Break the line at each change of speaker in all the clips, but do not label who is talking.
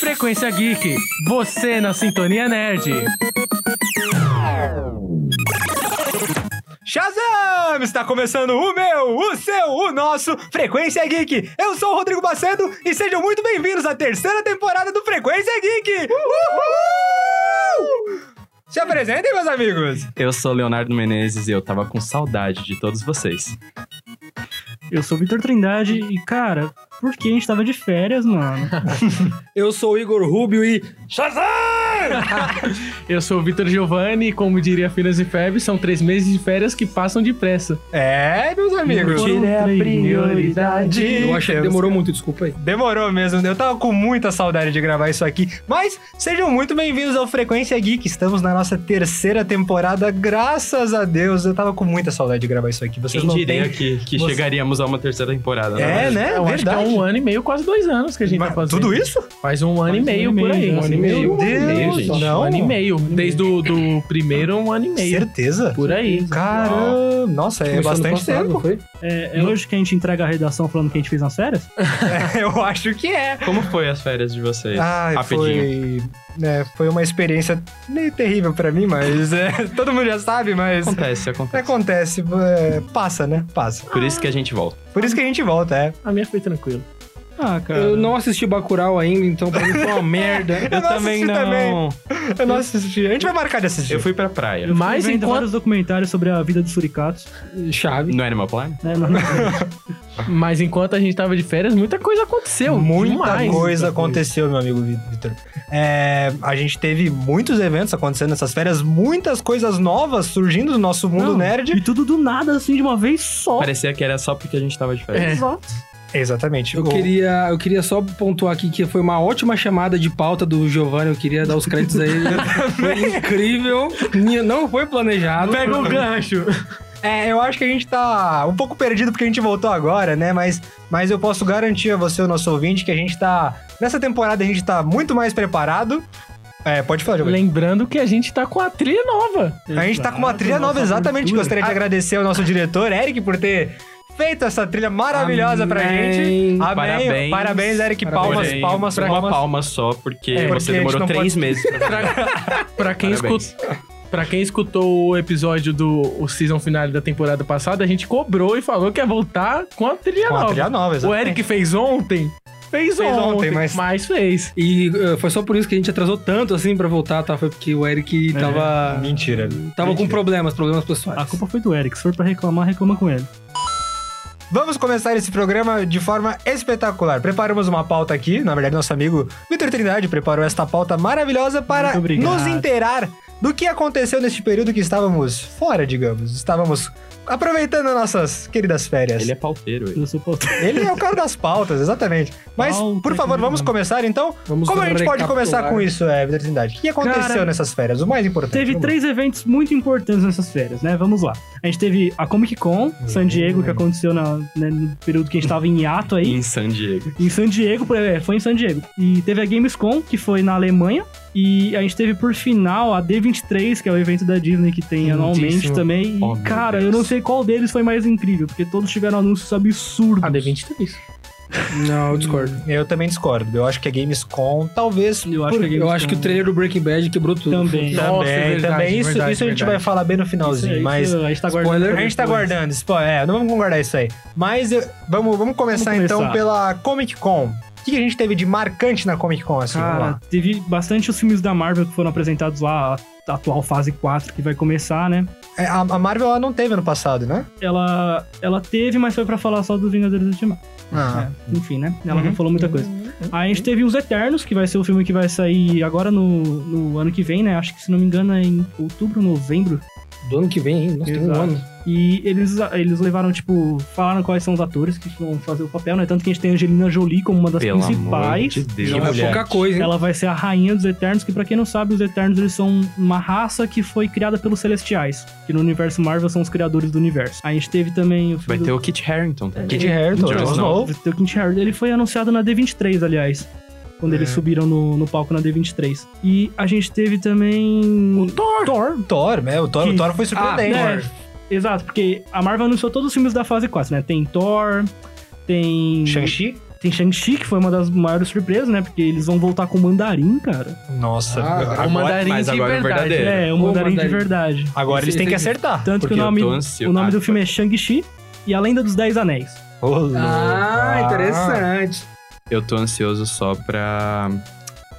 Frequência Geek, você na Sintonia Nerd.
Shazam! Está começando o meu, o seu, o nosso Frequência Geek. Eu sou o Rodrigo Macedo e sejam muito bem-vindos à terceira temporada do Frequência Geek. Uhul! Se apresentem, meus amigos.
Eu sou Leonardo Menezes e eu tava com saudade de todos vocês.
Eu sou o Vitor Trindade e, cara, por que a gente tava de férias, mano?
Eu sou o Igor Rubio e. Shazam!
Eu sou o Vitor Giovanni e, como diria Finas e Feb, são três meses de férias que passam depressa.
É, meus amigos.
Curtir é a prioridade.
Eu achei que
Temos-
demorou muito, desculpa aí.
Demorou mesmo, eu tava com muita saudade de gravar isso aqui. Mas sejam muito bem-vindos ao Frequência Geek. Estamos na nossa terceira temporada, graças a Deus. Eu tava com muita saudade de gravar isso aqui. Vocês
Quem
não
diria
têm.
que, que
você-
chegaríamos a uma terceira temporada? né?
É, né?
Eu acho que é
Verdade.
um ano e meio, quase dois anos que a gente
Mas
tá fazendo.
tudo isso?
Faz um ano e meio por aí.
Um ano e meio.
Meu Deus,
gente.
não.
Um ano e meio. Desde o do primeiro, um ano e meio.
Certeza?
Por aí.
Caramba, nossa, é
Começou ano
bastante
passado, não
tempo.
Foi?
É, é hoje que a gente entrega a redação falando o que a gente fez nas férias?
Eu acho que é.
Como foi as férias de
É,
vocês?
Ai, foi, né, foi uma experiência meio terrível pra mim, mas é, todo mundo já sabe, mas
Acontece, acontece.
acontece, é, passa, né? Passa.
Por isso que a gente volta.
Por isso que a gente volta, é.
A minha foi tranquila.
Ah, cara.
Eu não assisti Bacurau ainda, então pra mim foi uma merda.
Eu não assisti também. Eu não assisti. A gente vai marcar de assistir.
Eu fui pra praia.
Mas
Vendo
enquanto-
vários documentários sobre a vida dos suricatos.
Chave.
No Animal Planet?
Né? Não, não,
Mas enquanto a gente tava de férias, muita coisa aconteceu.
Muita
demais.
coisa aconteceu, meu amigo Vitor. É, a gente teve muitos eventos acontecendo nessas férias, muitas coisas novas surgindo no nosso mundo
não.
nerd.
E tudo do nada, assim, de uma vez só.
Parecia que era só porque a gente tava de férias.
Exato.
Exatamente.
Eu
O-
queria, eu queria só pontuar aqui que foi uma ótima chamada de pauta do Giovanni. Eu queria dar os créditos a ele. foi incrível. Não foi planejado.
Pega o gancho.
É, eu acho que a gente tá um pouco perdido porque a gente voltou agora, né? Mas, mas eu posso garantir a você, o nosso ouvinte, que a gente tá. Nessa temporada a gente tá muito mais preparado. É, pode falar, Giovanni.
Lembrando que a gente tá com a trilha nova.
A gente tá com uma trilha nova,
nossa
exatamente.
abertura.
Gostaria de agradecer ao nosso diretor, Eric, por ter feito essa trilha maravilhosa pra
Amém.
gente.
Parabéns.
Parabéns, Eric. Palmas,
Porém,
palmas,
pra Uma
palmas.
palma só, porque
É, porque a
você
gente
demorou
não
três
pode-
meses pra
Pra quem,
Parabéns.
escut... pra quem escutou o episódio do o season finale da temporada passada, a gente cobrou e falou que ia voltar com a
Com
trilha
É uma
nova.
trilha nova,
o
exatamente.
Eric fez ontem. Fez,
Fez ontem,
ontem,
mas-
mas... fez.
E eh, foi só por isso que a gente atrasou tanto assim pra voltar, tá? Foi porque o Eric
É.
tava.
Mentira.
Tava com
Mentira.
problemas, problemas pessoais.
A culpa foi do Eric. Se for pra reclamar, reclama com ele.
Vamos começar esse programa de forma espetacular. Preparamos uma pauta aqui, na verdade, nosso amigo Vitor Trindade preparou esta pauta maravilhosa para
Muito obrigado.
nos inteirar do que aconteceu neste período que estávamos fora, digamos. Estávamos aproveitando as nossas queridas férias.
Ele é pauteiro. ele.
Eu sou pauteiro.
Ele é o cara das pautas, exatamente. Mas,
Pauta,
por favor,
que
vamos
legal.
começar então?
Vamos um
Como a gente pode
recapitular.
começar com isso, é, Vitor Trindade? O que aconteceu
Cara,
nessas férias? O mais importante.
Teve
Vamos.
três eventos muito importantes nessas férias, né? Vamos lá. A gente teve a Comic Con, San Diego, que aconteceu na- né, no período que a gente tava em hiato aí.
Em San Diego.
Em San Diego, é, foi em San Diego. E teve a Gamescom, que foi na Alemanha. E a gente teve por final a D23, que é o evento da Disney que tem anualmente também. E,
Oh, meu
cara,
Deus.
eu não sei qual deles foi mais incrível, porque todos tiveram anúncios absurdos.
A D23.
Não, eu discordo.
Eu também discordo. Eu acho que a Gamescom talvez.
Eu acho que é a
Eu
Gamescom
acho que o
é
trailer do Breaking Bad quebrou tudo. é
também.
Nossa,
também,
verdade,
também. Isso,
verdade,
isso a gente
verdade.
vai falar bem no
Isso
finalzinho,
aí,
mas.
isso a gente tá guardando.
Spoiler,
pra
A gente tá
depois.
guardando, spoiler. É, não vamos guardar isso aí. Mas eu- vamos, vamos, começar,
Vamos
então
começar.
pela Comic Con. O que a gente teve de marcante na Comic Con, assim? vamos
Cara,
lá.
teve bastante os filmes da Marvel que foram apresentados lá, a atual fase 4 que vai começar, né?
É, A, a Marvel ela não teve ano passado, né?
Ela, ela teve, mas foi pra falar só dos Vingadores Ultimato.
Ah.
Enfim, né? Ela
Uhum.
não falou muita coisa. Aí a gente teve Os Eternos, que vai ser o filme que vai sair agora no, no ano que vem, né? Acho que, se não me engano, é em outubro, novembro.
Do ano que vem, hein? Nossa, tem um
Exato.
ano.
E eles, eles levaram, tipo, falaram quais são os atores que vão fazer o papel, né? Tanto que a gente tem a Angelina Jolie como uma das
Pelo amor
principais.
de Deus.
Não é
mulher.
pouca coisa, hein?
Ela vai ser a rainha dos Eternos, que pra quem não sabe, os Eternos eles são uma raça que foi criada pelos Celestiais, que no universo Marvel são os criadores do universo. Aí a gente teve também o
Vai
filme
ter
do...
o Kit Harington também.
Kid Harington,
Jon
Jon Snow.
Vai ter o Clint Howard. Ele foi anunciado na D23, aliás. Quando eles subiram no, no palco na D23. E a gente teve também.
Thor. Thor, né? O Thor, o
Que-
Thor foi surpreendente.
Ah,
Thor.
Exato, porque a Marvel anunciou todos os filmes da fase 4, né? Tem Thor, tem.
Shang-Chi?
Tem Shang-Chi, que foi uma das maiores surpresas, né? Porque eles vão voltar com o Mandarim, cara.
Nossa.
Ah,
o mandarim
mas
de
agora é
verdade.
verdadeiro.
né?
É, o
Pô,
Mandarim, de
Mandarim.
verdade.
Agora eles
Esse-
têm que
esse-
acertar.
Tanto
Porque
que o
eu
nome,
tô ansioso.
o nome do
Ah,
filme é Shang-Chi e a Lenda dos Dez Anéis.
Ô, louco.
Ah, interessante.
Eu tô ansioso só pra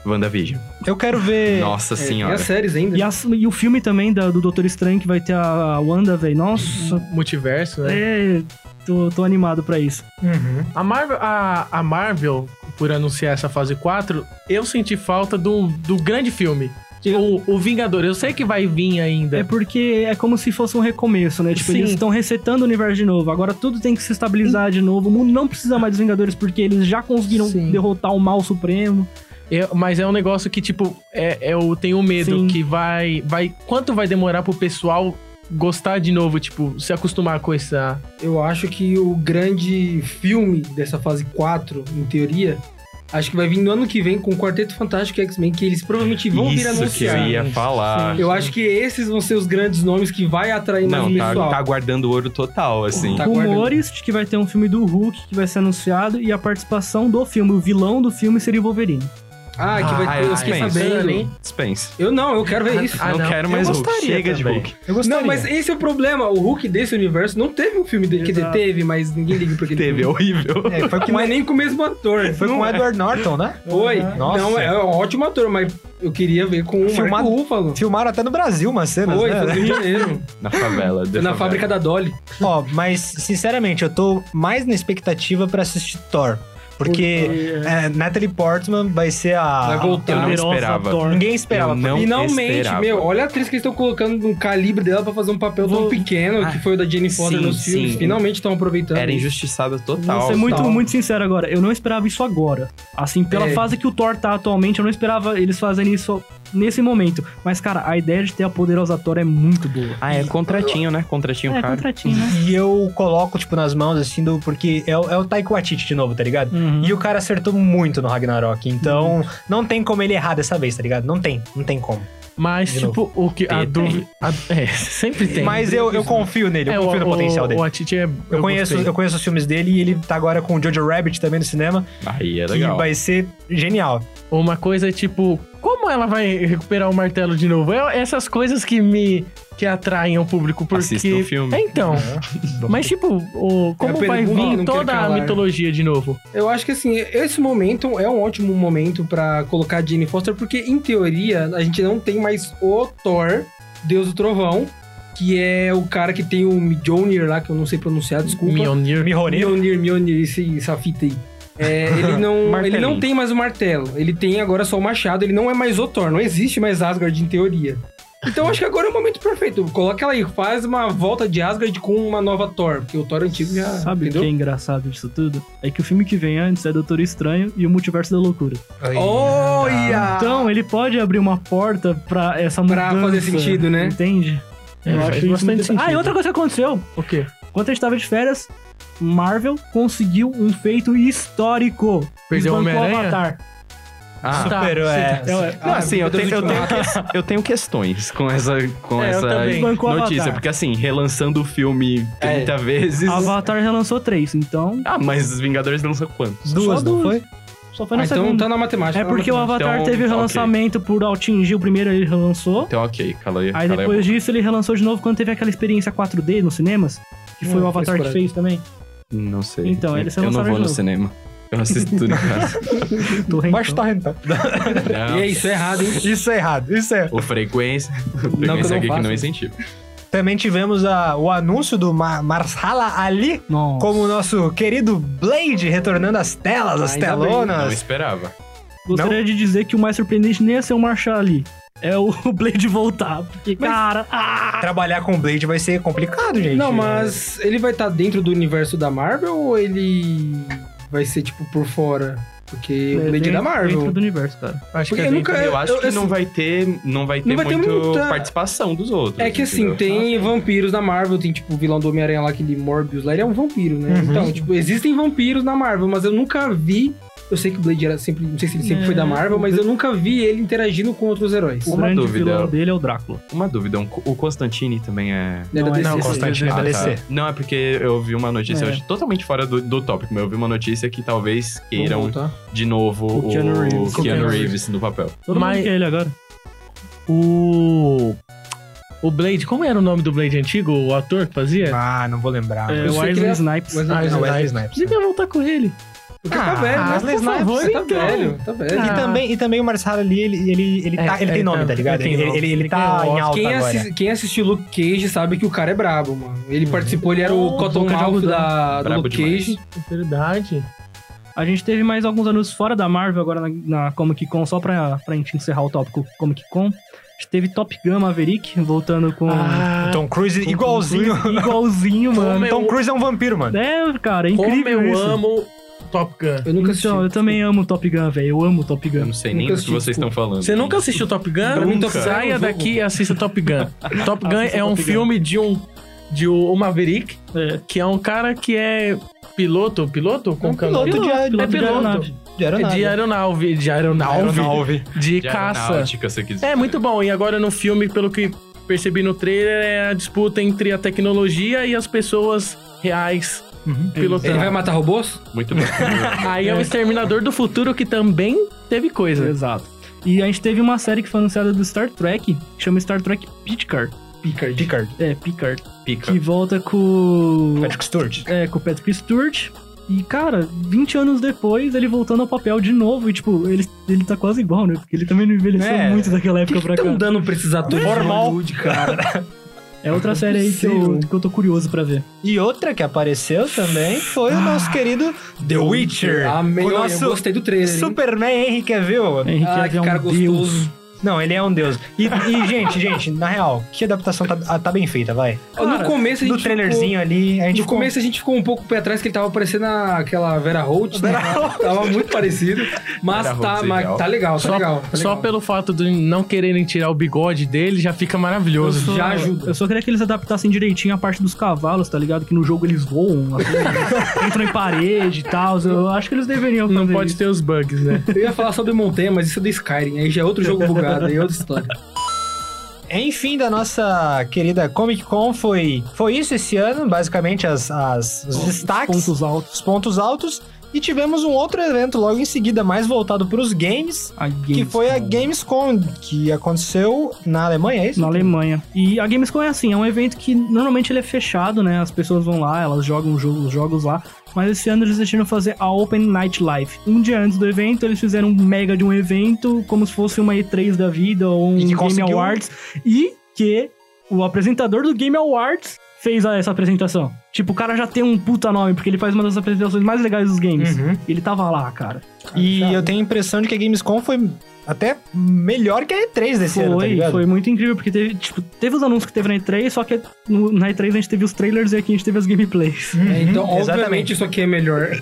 WandaVision.
Eu quero ver.
Nossa
É, tem
senhora.
as séries ainda.
E, as- e o filme também da- do Doutor Estranho, que vai ter a Wanda, velho. Nossa,
Multiverso, né?
é, tô, tô animado pra isso.
Uhum.
A Marvel, a, a Marvel, por anunciar essa fase 4, eu senti falta do, do grande filme. O, o Vingador, eu sei que vai vir ainda.
É porque é como se fosse um recomeço, né? Tipo,
Sim.
eles estão resetando o universo de novo. Agora tudo tem que se estabilizar de novo. O mundo não precisa mais dos Vingadores porque eles já conseguiram
Sim.
derrotar o mal supremo.
É, mas é um negócio que, tipo, é, eu tenho medo
Sim.
que vai, vai. Quanto vai demorar pro pessoal gostar de novo, tipo, se acostumar com essa.
Eu acho que o grande filme dessa fase 4, em teoria, acho que vai vir no ano que vem com o Quarteto Fantástico e X-Men, que eles provavelmente vão vir
Isso que eu
anunciar.
ia falar.
Eu acho que esses vão ser os grandes nomes que vai atrair mais
Não,
o
tá,
pessoal.
tá guardando ouro total, assim.
Tá
Rumores de que vai ter um filme do Hulk que vai ser anunciado e a participação do filme, o vilão do filme seria o Wolverine.
Ah, que vai
Ah,
ter, eu
eu
fiquei
dispenso.
sabendo.
Dispense.
Eu não, eu quero ver isso.
Ah,
não,
não.
quero
Eu
mais Hulk.
gostaria
Chega
também.
de Hulk.
Eu gostaria.
Não, mas esse é o problema. O Hulk desse universo não teve um filme dele. Quer dizer,
Exato.
teve, mas ninguém liga pra aquele
Teve, é
filme.
horrível.
É, foi
Que
com,
não é nem com o mesmo ator.
foi
não
com o
é.
Edward Norton, né?
Foi.
Nossa.
Não, é um ótimo ator, mas eu queria ver com o
Filmado-
Marco Ruffalo.
Filmaram até no Brasil umas cenas,
Foi,
né?
é.
foi no Rio de Janeiro.
Na favela.
Foi na fábrica da Dolly.
Ó, mas sinceramente, eu tô mais na expectativa pra assistir Thor. Porque é, Natalie Portman vai ser a.
Vai voltar.
Eu não
Poderosa
esperava.
Thor.
Ninguém esperava.
Eu não
Finalmente,
esperava.
meu, olha a atriz que eles estão colocando no calibre dela pra fazer um papel tão
Vou-
pequeno, que foi o da Jenny Fonda
Ah, sim,
nos filmes.
sim.
Finalmente estão aproveitando.
Era
isso.
injustiçada total.
Vou ser muito,
tal.
muito sincero agora. Eu não esperava isso agora. Assim, pela
É.
fase que o Thor tá atualmente, eu não esperava eles fazerem isso nesse momento. Mas, cara, a ideia de ter a poderosa Thor é muito boa.
Ah, é contratinho, né? Contratinho
é,
cara.
contratinho, né?
E eu coloco, tipo, nas mãos, assim, do. Porque é, o- é o Taika Waititi de novo, tá ligado?
Uhum.
E o cara acertou muito no Ragnarok.
Uhum.
Então, não tem como ele errar dessa vez, tá ligado? Não tem, não tem como.
Mas,
De
tipo, o que. A
Tem,
dúvida. a- É, sempre tem.
Mas eu, eu confio nele, eu
É,
confio no
o,
potencial
o,
dele.
O Atiti é.
eu, conheço,
gostei.
eu conheço os filmes dele e ele tá agora com o Jojo Rabbit também no cinema.
Aí é
que
legal.
vai ser genial.
Uma coisa é, tipo, como ela vai recuperar o martelo de novo? É essas coisas que me. que atraem ao público, porque.
Assista o filme.
É, então. Mas, tipo, o, como vai
É pergunta que eu
vir
não quero
toda a
calar. é.
mitologia de novo?
Eu acho que assim, esse momento é um ótimo momento pra colocar a Jane Foster, porque em teoria a gente não tem mais o Thor, Deus do Trovão, que é o cara que tem o Mjolnir lá, que eu não sei pronunciar, desculpa.
Mjolnir.
Mihonir.
Mjolnir, Mjolnir, esse- essa fita aí. É, ele, não, ele não
Martelinho.
tem mais o martelo, ele tem agora só o machado, ele não é mais o Thor, não existe mais Asgard em teoria. Então acho que agora é o momento perfeito. Coloca ela aí, faz uma volta de Asgard com uma nova Thor, porque o Thor antigo Tipo, já.
Sabe o que é
entendeu?
engraçado disso tudo? É que o filme que vem antes é Doutor Estranho e o Multiverso da Loucura.
Olha!
Então, ele pode abrir uma porta pra essa
Pra
mudança.
fazer sentido, né?
Entende?
É, faz bastante
muito- Ah, e
sentido.
outra coisa que aconteceu.
O quê?
Enquanto a gente tava de férias, Marvel conseguiu um feito histórico.
Perdeu o
Desbancou
Homem-Aranha?
Avatar.
Ah,
Tá,
Superou, é.
sim.
É,
Não, assim, eu
Deus
tenho,
do
eu, tenho
Trovão.
que- eu tenho questões com essa, com
É, eu
essa
também.
Bancou
notícia.
Avatar.
Porque, assim, relançando o filme 30
É.
vezes.
Avatar já lançou três, então
Ah, mas os Vingadores lançou quantos?
Duas,
Só
não
duas.
foi?
só foi na
Ah, então
segunda.
tá na matemática.
É
tá na
porque o
matemática.
Avatar
Então,
teve
ok.
relançamento por atingir o primeiro, ele relançou.
Então, ok, cala aí.
Aí
cala aí.
depois disso ele relançou de novo quando teve aquela experiência 4D nos cinemas, que foi
Hum,
o Avatar que
frescura.
fez também.
Não sei.
Então, eles
Eu não
lançaram
vou
de
no
novo.
cinema. Eu assisto tudo em casa.
Torrentão.
Baixa o
tá,
torrentão.
Não.
E é isso, é errado, hein?
tá Isso é errado, isso é.
O frequência. O
Não, que eu
frequência
não
aqui que
faço.
não incentiva.
Também tivemos a- o anúncio do Ma Marsala Ali
Nossa.
como o nosso querido Blade retornando às telas, às
Ainda bem.
Não
telonas.
esperava.
Gostaria de dizer que o mais surpreendente nem é ser o Marshall ali. É o Blade voltar. Porque, cara. Ah,
Trabalhar com o Blade vai ser complicado, gente.
Não, mas ele vai estar dentro do universo da Marvel ou ele vai ser, tipo, por fora? Porque o Blade é da
Dentro
Marvel.
do universo, cara.
Acho
Porque
que
eu
é
nunca-
dentro-
É,
eu acho
eu-
que
assim-
não vai ter, não vai ter
vai ter
muito
muita-
participação dos outros.
É que assim,
entendeu?
tem vampiros na Marvel, tem tipo o vilão do Homem-Aranha lá, aquele Morbius lá, ele é um vampiro, né? Então, tipo, existem vampiros na Marvel, mas eu nunca vi Eu sei que o Blade era sempre. Não sei se ele sempre
É.
foi da Marvel, mas eu nunca vi ele interagindo com outros heróis.
O
Uma
grande
dúvida.
vilão dele é o Drácula.
Uma dúvida, um co- o Constantine também é...
Era
não,
desse-
não,
esse-
Constantine.
Ah, tá.
DC.
Não, é porque eu ouvi uma notícia
É.
hoje totalmente fora do, do tópico, mas eu ouvi uma notícia que talvez
Vamos
queiram
voltar.
de novo
O
o,
Keanu Reeves.
Keanu
Keanu
Reeves no papel.
Todo
Mas-
mundo quer ele agora.
O. O Blade, como era o nome do Blade antigo, o ator que fazia?
Ah, não vou lembrar.
É,
eu
o
sei que
Wesley
ele é-
Snipes.
Wesley-
Ah,
Não,
Wesley
Wesley
Você
Snipes.
devia voltar com ele.
Porque tá
Ah,
velho, né?
Wesley
Por favor,
Snipes,
tá
então.
velho, tá velho.
E
Ah.
também, e também o Marcelo ali, ele, ele, ele,
É,
tá, ele
ele
tem
então,
nome,
tá-
tá ligado?
ele tem
Ele,
nome.
ele, ele
Ele
tá
ganhou
em
Oscar.
alta
Quem,
agora.
assi quem assistiu Luke Cage sabe que o cara é brabo, mano. Ele participou, ele era o
Bom,
Cotton
bom
Mouth
jogador.
da, do
Brabo
Luke Cage.
Verdade.
A gente teve mais alguns anúncios fora da Marvel agora na, na Comic Con, só pra, pra gente encerrar o tópico Comic Con. A gente teve Top Gun Maverick, voltando com...
Ah,
Tom Cruise
com-
igualzinho.
com- igualzinho, mano.
Como
Tom
eu,
Cruise é um vampiro, mano.
É, cara, é
como
incrível
eu
isso.
amo Top Gun.
Eu nunca assisti.
Então, eu também amo Top Gun, velho. Eu amo Top
Eu
Gun.
não sei
Nunca
nem do que
assisti,
vocês estão
desculpa.
falando.
Você nunca assistiu Top Gun?
Pra mim, Top Gun é
Então Saia
um jogo.
daqui e assista Top Gun. Top Gun
Assista
é um
Top Gun.
filme de um de um, o Maverick,
É.
que é um cara que é piloto, piloto com
É um
câmera?
piloto de-
é
piloto de
piloto.
aeronave.
De
de aeronave, de aeronave,
Aeronauve.
de
De
caça.
aeronáutica, você quis
É muito bom. E agora no filme, pelo que percebi no trailer, é a disputa entre a tecnologia e as pessoas reais
Ele vai
pilotando.
matar robôs?
Muito bem.
Aí Uhum. é o Exterminador do Futuro que também teve coisa.
Exato. E a gente teve uma série que foi anunciada do Star Trek, que chama Star Trek Picard.
Picard.
Picard.
É, Picard.
Pica.
Que volta com...
Patrick Stewart.
É, com o Patrick Stewart. E, cara, 20 anos depois, ele voltando ao papel de novo. E, tipo, ele, ele tá quase igual, né? Porque ele também não envelheceu
É.
muito daquela época pra cá.
Estão dando pra esses atores é de
Normal.
Hollywood, cara.
É outra série aí que eu, que eu tô curioso pra ver.
E outra que apareceu também foi o nosso querido The Witcher.
Amém.
o
Olha,
nosso
Ah. Eu gostei do trailer. hein?
Superman Henry Cavill.
Henrique
Ah,
Cavill
que
é um
cara
deus.
gostoso.
Não, ele é um deus. E, e, gente, gente, na real, que adaptação tá, ah, tá bem feita, vai.
no começo a gente
Do trailerzinho ali, a
Ficou,
gente
no começo a gente ficou um pouco pé atrás que ele tava parecendo aquela Vera Holt, né? Tava muito parecido, mas
Vera
tá,
Holt
mas
legal.
tá legal, tá
Só,
legal. tá
só
legal.
pelo fato de não quererem tirar o bigode dele, já fica
Eu
maravilhoso.
só-
Já ajuda.
Eu só queria que eles adaptassem direitinho a parte dos cavalos, tá ligado? Que no jogo eles voam, assim, entram em parede e tal. Eu acho que eles deveriam fazer
Não pode
isso.
ter os bugs, né?
Eu ia falar sobre Montanha, mas isso é do Skyrim, aí já é outro jogo bugado, aí é outra história.
Enfim, da nossa querida Comic Con foi, foi isso esse ano, basicamente as, as- os destaques,
pontos altos.
os pontos altos. E tivemos um outro evento logo em seguida, mais voltado para os games,
A
que foi a
Gamescom.
Gamescom, que aconteceu na Alemanha, é isso?
Na Alemanha. E a Gamescom é assim, é um evento que normalmente ele é fechado, né? As pessoas vão lá, elas jogam os jogos, os jogos lá. Mas esse ano eles decidiram fazer a Open Night Live. Um dia antes do evento, eles fizeram um mega de um evento, como se fosse uma E3 da vida ou um
E que
Game
conseguiu-
Awards. E que o apresentador do Game Awards fez essa apresentação. Tipo, o cara já tem um puta nome, porque ele faz uma das apresentações mais legais dos games.
Uhum.
Ele tava lá, cara.
E eu tenho a impressão de que a Gamescom foi até melhor que a E3 desse ano, tá
Foi,
ligado?
foi muito incrível, porque teve, tipo, teve os anúncios que teve na E3, só que no- na E3 a gente teve os trailers e aqui a gente teve as gameplays.
Uhum,
É, então, obviamente,
exatamente.
isso aqui é melhor.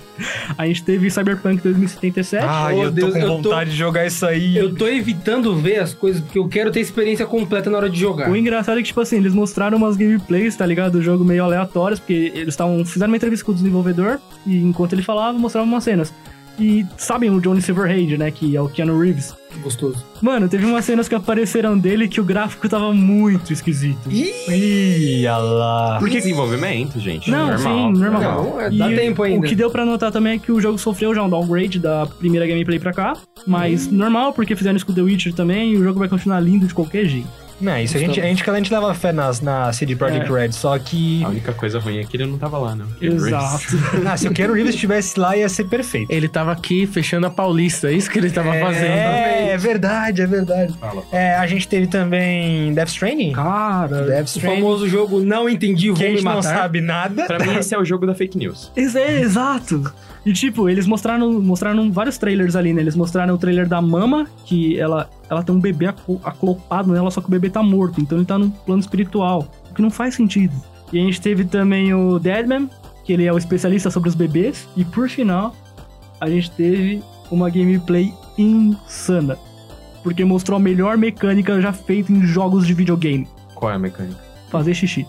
A gente teve Cyberpunk 2077.
Ai,
Oh,
eu tô
Deus,
com
eu tô-
vontade de jogar isso aí.
Eu tô evitando ver as coisas, porque eu quero ter experiência completa na hora de jogar.
O engraçado é que, tipo assim, eles mostraram umas gameplays, tá ligado? Do jogo meio aleatórias, porque eles estavam. Fizeram uma entrevista com o desenvolvedor, e enquanto ele falava, mostravam umas cenas. E sabem o Johnny Silverhand, né? Que é o Keanu Reeves.
Gostoso.
Mano, teve umas cenas que apareceram dele que o gráfico tava muito esquisito.
Ih, olha lá.
Porque desenvolvimento, gente.
Não,
normal.
sim, normal.
Não, é, dá
E
tempo
O
ainda.
que deu pra notar também é que o jogo sofreu já um downgrade da primeira gameplay pra cá. Mas normal, porque fizeram isso com The Witcher também, e o jogo vai continuar lindo de qualquer jeito.
Não, isso a gente, a gente, que a gente leva fé nas, na CD
É.
Projekt Red, só que.
Ah,
A única coisa ruim é que ele não tava lá, né?
Exato.
Ah, se o Keanu Reeves estivesse lá, ia ser perfeito.
Ele tava aqui fechando a Paulista, é isso que ele tava fazendo.
É, é verdade, é verdade.
Fala.
É, a gente teve também Death Stranding.
Cara,
Death
O
Stranding,
famoso jogo Não Entendi, Vou
que a
Me
gente não
Matar.
sabe nada.
Pra mim, esse é o jogo da fake news.
Ex- É, exato. E tipo, eles mostraram, mostraram vários trailers ali, né? Eles mostraram o trailer da Mama, que ela, ela tem um bebê aco- aclopado nela, só que o bebê tá morto, então ele tá num plano espiritual, o que não faz sentido. E a gente teve também o Deadman, que ele é o especialista sobre os bebês. E por final, a gente teve uma gameplay insana. Porque mostrou a melhor mecânica já feita em jogos de videogame.
Qual é a mecânica?
Fazer xixi.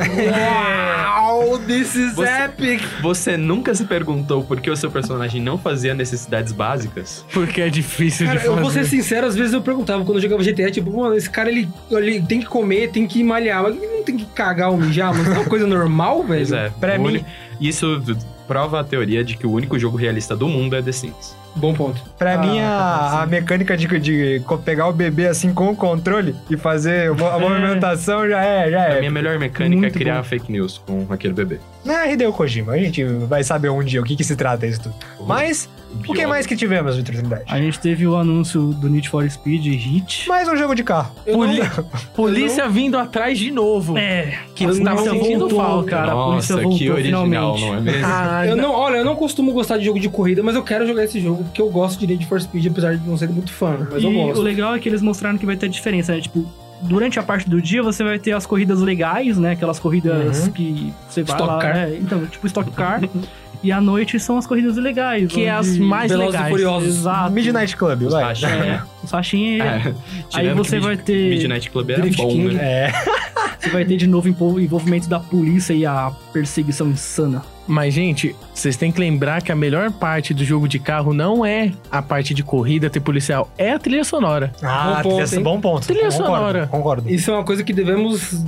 Uau!
Oh, this is
Você-
epic!
Você nunca se perguntou por que o seu personagem não fazia necessidades básicas?
Porque é difícil
Cara,
de
eu
fazer.
vou ser sincero, às vezes eu perguntava quando eu jogava GTA, tipo, mano, esse cara ele, ele tem que comer, tem que malhar, mas ele não tem que cagar ou mijar, mas não é uma coisa normal, velho?
Pois é.
pra
o
mim-
uni- Isso d- prova a teoria de que o único jogo realista do mundo é The Sims.
Bom ponto.
Pra
Ah,
mim, a, a mecânica de, de co- pegar o bebê assim com o controle e fazer mo- a movimentação já é, já
A
é.
minha melhor mecânica é
Muito
criar fake news com aquele bebê.
Na é Hideo Kojima, a gente vai saber um dia o que, que se trata isso tudo. Mas, o que
biólogo.
mais que tivemos, Vitor Trindade?
A gente teve o anúncio do Need for Speed Hit.
Mais um jogo de carro.
Eu não-
Poli- Polícia vindo atrás de novo.
É,
Que
a
eles estavam
polícia
sentindo
voltou,
falta.
cara. a polícia
Nossa,
voltou
que original,
finalmente.
não é mesmo?
Caralho.
Eu não, olha, eu não costumo gostar de jogo de corrida, mas eu quero jogar esse jogo porque eu gosto de Need for Speed, apesar de não ser muito fã, né? mas eu
e o
gosto.
legal é que eles mostraram que vai ter diferença, né? Tipo, durante a parte do dia você vai ter as corridas legais, né? Aquelas corridas que você vai
Stock
lá,
car.
é, então, tipo Stock Car. e à noite são as corridas ilegais.
Que é as
onde-
mais
Velozes e
legais.
Furiosos.
Exato.
Midnight Club,
Os
vai.
rachas, né?
É, faixinha.
É,
Aí
tirando
você
que
vai ter.
Midnight Club era
Drift
bom,
King,
né?
É.
Você vai ter de novo envol- envolvimento da polícia e a perseguição insana.
Mas, gente, vocês têm que lembrar que a melhor parte do jogo de carro não é a parte de corrida, ter policial, é a trilha sonora.
Ah,
Bom ponto,
trilha-
hein?
bom ponto.
Trilha
concordo,
sonora.
Concordo.
Isso é uma coisa que devemos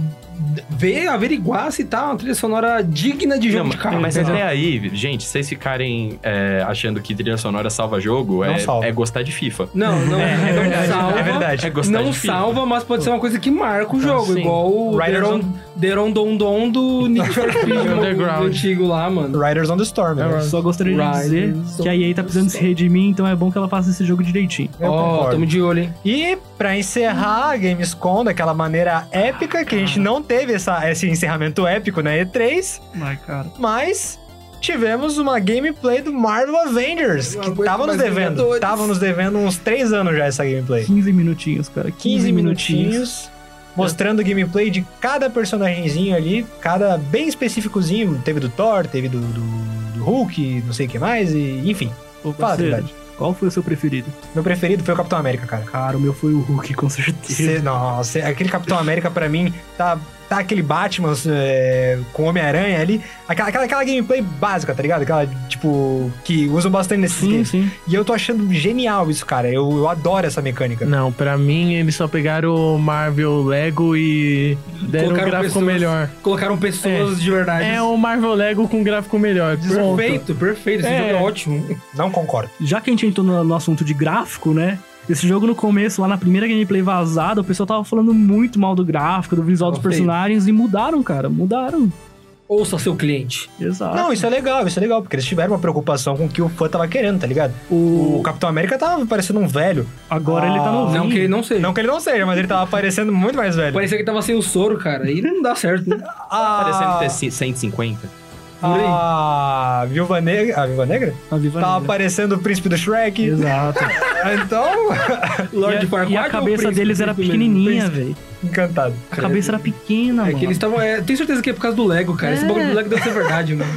ver, averiguar se tá uma trilha sonora digna de É, jogo
Não,
de carro. né?
mas é
entendeu?
até aí, gente, vocês ficarem é, achando que trilha sonora salva jogo,
Não
é,
salva.
é gostar de FIFA.
Não, não,
É
não
verdade,
salva.
é verdade.
É gostar
não
de FIFA.
salva, mas pode ser uma coisa que marca o jogo,
sim.
igual o
Riders
Deron, Deron Don Don do Need for Speed o- o
Underground.
antigo lá, mano.
Riders on the Storm. né?
Só gostaria de
Rise
dizer
of
que a EA tá precisando se redimir, então é bom que ela faça esse jogo direitinho.
Eu
Ó,
concordo.
tamo de olho, hein?
E pra encerrar a Gamescom daquela maneira épica, que a gente não teve essa, esse encerramento épico na E3,
Ai, cara.
mas tivemos uma gameplay do Marvel Avengers,
Eu
que
aguento
tava nos
mais
devendo.
Vingadores.
Tava nos devendo uns 3 anos já essa gameplay.
15 minutinhos, cara. 15,
15
minutinhos.
minutinhos. Mostrando gameplay de cada personagemzinho ali, cada bem específicozinho. Teve do Thor, teve do, do- do Hulk, não sei o que mais, e enfim. Fala
Ô,
a
parceiro,
verdade.
qual foi o seu preferido?
Meu preferido foi o Capitão América, cara.
Cara, o meu foi o Hulk, com certeza.
Cê, nossa, aquele Capitão América pra mim tá, tá aquele Batman é, com Homem-Aranha ali. Aquela, aquela, aquela gameplay básica, tá ligado? Aquela, tipo, que usam bastante nesses
Sim,
games.
sim.
E eu tô achando genial isso, cara. Eu, eu adoro essa
É.
mecânica.
Não, pra mim eles só pegaram o Marvel Lego e deram
Colocaram
um gráfico
pessoas.
melhor.
Colocaram pessoas de verdade.
É o Marvel Lego com gráfico melhor. Pronto.
Perfeito, perfeito. Esse
É.
jogo é ótimo.
Não concordo.
Já que a gente entrou no, no assunto de gráfico, né? Esse jogo no começo, lá na primeira gameplay vazada, o pessoal tava falando muito mal do gráfico, do visual dos
Tava feio.
personagens e mudaram, cara. Mudaram.
Ouça seu cliente.
Exato.
Não, isso é legal, isso é legal, porque eles tiveram uma preocupação com o que o fã tava querendo, tá ligado? O
o...
Capitão América tava parecendo um velho.
Agora ele tá
Ah,
novinho.
Não que ele não seja.
Não que ele não seja, mas ele tava parecendo muito mais velho.
Parecia que tava sem o soro, cara. E não dá certo, né?
Ah,
Parecendo ter ci- 150.
por aí.
a Viúva Negra. A Viúva Negra?
A Viva
tá
Tava
Negra.
parecendo o príncipe do Shrek.
Tá Exato.
Então,
Lord
e, a,
Farquaad
e a
ou é o
cabeça
príncipe?
deles era
Príncipe
pequenininha,
mesmo?
velho.
encantado.
A
Credo.
cabeça era pequena,
É
mano.
que eles estavam. É, tenho certeza que é por causa do Lego, cara. Esse
É.
bagulho do Lego deve ser verdade, mano.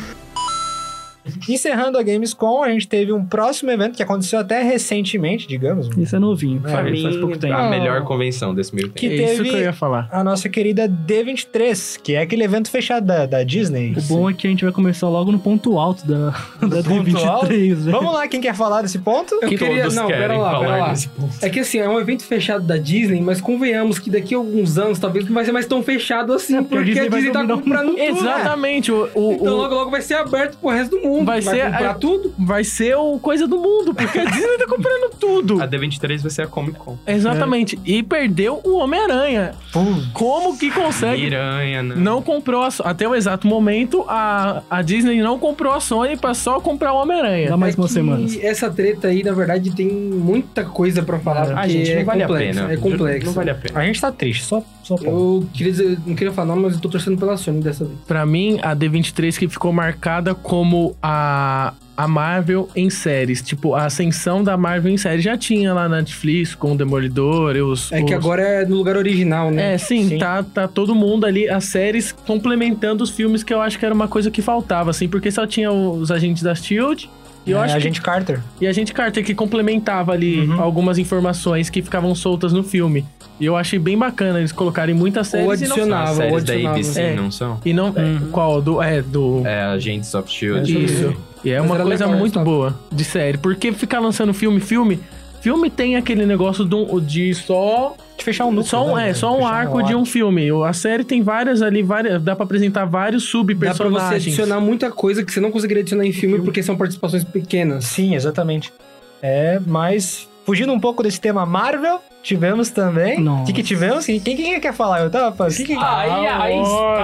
Encerrando a Gamescom, a gente teve um próximo evento que aconteceu até recentemente, digamos.
Hum,
Isso é novinho.
É,
faz,
mim,
faz pouco tempo.
A
Ah.
melhor convenção desse meio
É
Que
tempo.
isso
teve-
que eu ia falar.
A nossa querida D23, que é aquele evento fechado da, da Disney.
O bom é que a gente vai começar logo no ponto alto da, da
ponto
D23, né? velho.
Vamos lá, quem quer falar desse ponto?
Eu
Que
queria.
todos
Não, pera
querem
lá, pera
falar
lá.
nesse ponto.
É que assim, é um evento fechado da Disney, mas convenhamos que daqui a alguns anos talvez não vai ser mais tão fechado assim,
porque
porque,
a
a
Disney vai
Disney tá
dominar o
comprando tudo. né?
Exatamente. O, o-
Então
o-
logo, logo vai ser aberto pro resto do mundo.
Vai ser
comprar
a-
tudo.
vai ser o coisa do mundo, porque a Disney tá comprando tudo.
A D23 vai ser a Comic Con.
Exatamente. E perdeu o Homem-Aranha.
Pum.
Como que consegue?
Miranha, né?
Não comprou a So- Até o exato momento, a, a Disney não comprou a Sony pra só comprar o
Dá
Homem-Aranha.
mais
É
umas
que
semanas.
Essa treta aí, na verdade, tem muita coisa pra falar.
Ah,
porque
gente, não
é
vale
complexo,
a pena.
É complexo.
Não vale a pena.
A gente tá triste, só, só ponto.
Eu queria dizer, não queria falar, mas eu tô torcendo pela Sony dessa vez.
Pra mim, a D23 que ficou marcada como a, a Marvel em séries. Tipo, a ascensão da Marvel em séries. Já tinha lá na Netflix com o Demolidor, e os...
É que
os-
agora é no lugar original, né?
É, sim,
Sim.
Tá, tá todo mundo ali, as séries complementando os filmes, que eu acho que era uma coisa que faltava, assim, porque só tinha os agentes da Shield E eu
é,
acho
a
que-
gente Uhum. Carter.
E a gente, Carter, que complementava ali algumas informações que ficavam soltas no filme. E eu achei bem bacana eles colocarem muitas É, séries
Ou
e não
adicionava,
Ah,
ou
séries da
adicionava.
ABC,
É.
não são?
e não, é,
Uhum.
qual? Do, é, do...
É, Agentes of S.H.I.E.L.D.
Isso. E é
Mas
uma
era
coisa
legal,
muito
sabe?
boa de série. Porque ficar lançando filme, filme... Filme tem aquele negócio de, um- de só...
De fechar um núcleo.
só um,
né?
é, só um
Fechar
arco de um filme. A série tem várias ali, várias, dá pra apresentar vários
Dá pra você
subpersonagens.
adicionar muita coisa que você não conseguiria adicionar em filme porque são participações pequenas.
Sim, exatamente. É, mas fugindo um pouco desse tema Marvel, tivemos também. O
Nossa.
que, que tivemos? Quem, quem, quem quer falar? Eu tava. Quem, quem...
Ai, ai,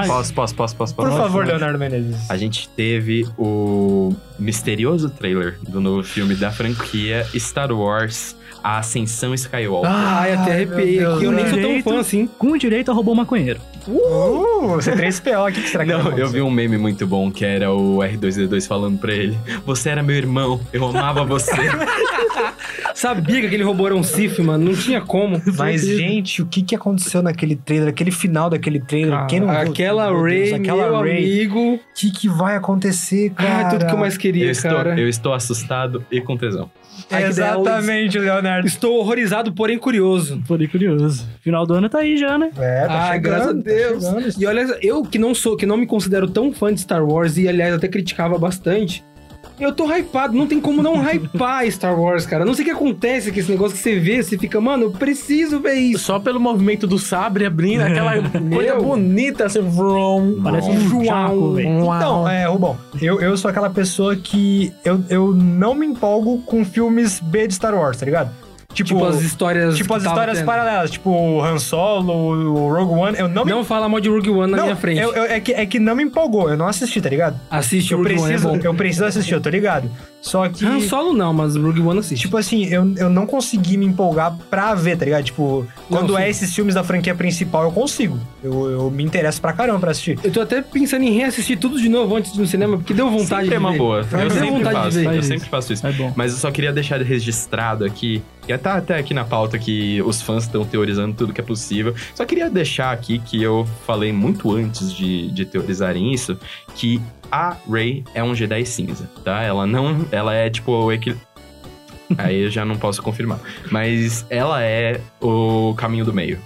Posso, posso, posso, posso,
Por
posso?
favor, Leonardo Menezes.
A gente teve o misterioso trailer do novo filme da franquia Star Wars, A Ascensão Skywalker.
Ai, até
Ai,
arrepiei
meu
aqui. Eu nem
Deus,
sou tão
velho.
fã assim.
Com direito a roubou maconheiro.
Uh, C3PO, o que, que será que
Não,
aconteceu?
eu vi um meme muito bom que era o R2D2 falando pra ele: Você era meu irmão, eu amava você.
Sabia que aquele robô era um Sif, mano. Não tinha como.
Mas,
Certeza.
gente, o que, que aconteceu naquele trailer, aquele final daquele trailer?
Ah,
Quem não viu?
aquela
Meu
Ray,
Deus, aquela
meu
Ray.
amigo.
O que, que vai acontecer, cara?
Ah, tudo que eu mais
eu,
queria,
estou,
cara.
eu estou assustado e com tesão.
é
Ai, que da hora.
Exatamente, Leonardo.
Estou horrorizado, porém curioso.
Falei curioso. Final do ano tá aí já, né?
É,
ah, graças a Deus. e olha, eu que não sou, que não me considero tão fã de Star Wars e aliás até criticava bastante. Eu tô hypado, não tem como não hypar Star Wars, cara. Eu Não sei o que acontece com esse negócio que você vê, você fica, mano, eu preciso ver isso.
Só pelo movimento do sabre abrindo, aquela coisa
Meu.
bonita, assim, vrum.
Parece
Nossa.
um chaco, velho.
Então, é, Rubão, eu, eu sou aquela pessoa que eu, eu não me empolgo com filmes B de Star Wars, tá ligado? Tipo,
Tipo, as histórias.
tipo
que
as
tava
histórias
tendo.
paralelas, tipo o Han Solo, o Rogue One, eu não me
Não fala mal de Rogue One na
não,
minha frente.
eu- eu- é, que, é que não me empolgou, eu não assisti, tá ligado?
Assiste
Eu
Rogue One, é
preciso,
bom.
eu preciso assistir, eu tô ligado. Só que,
Han Solo não, mas Rogue One assiste.
tipo assim, eu, eu não consegui me empolgar pra ver, tá ligado? Tipo, quando
sim.
é esses filmes da franquia principal, eu consigo. Eu, eu me interesso pra caramba pra assistir.
Eu tô até pensando em reassistir tudo de novo antes no cinema, porque deu
Sempre
vontade de
é uma
ver.
boa.
Eu
Eu
tenho
sempre
vontade de
faço.
ver
Eu
isso.
sempre faço isso.
É bom.
Mas eu só queria deixar registrado aqui, e tá até aqui na pauta que os fãs estão teorizando tudo que é possível. Só queria deixar aqui que eu falei muito antes de, de teorizarem isso, que a Rey é um Jedi cinza, tá? Ela não. Ela é tipo o equil... Aí eu já não posso confirmar. Mas ela é o caminho do meio.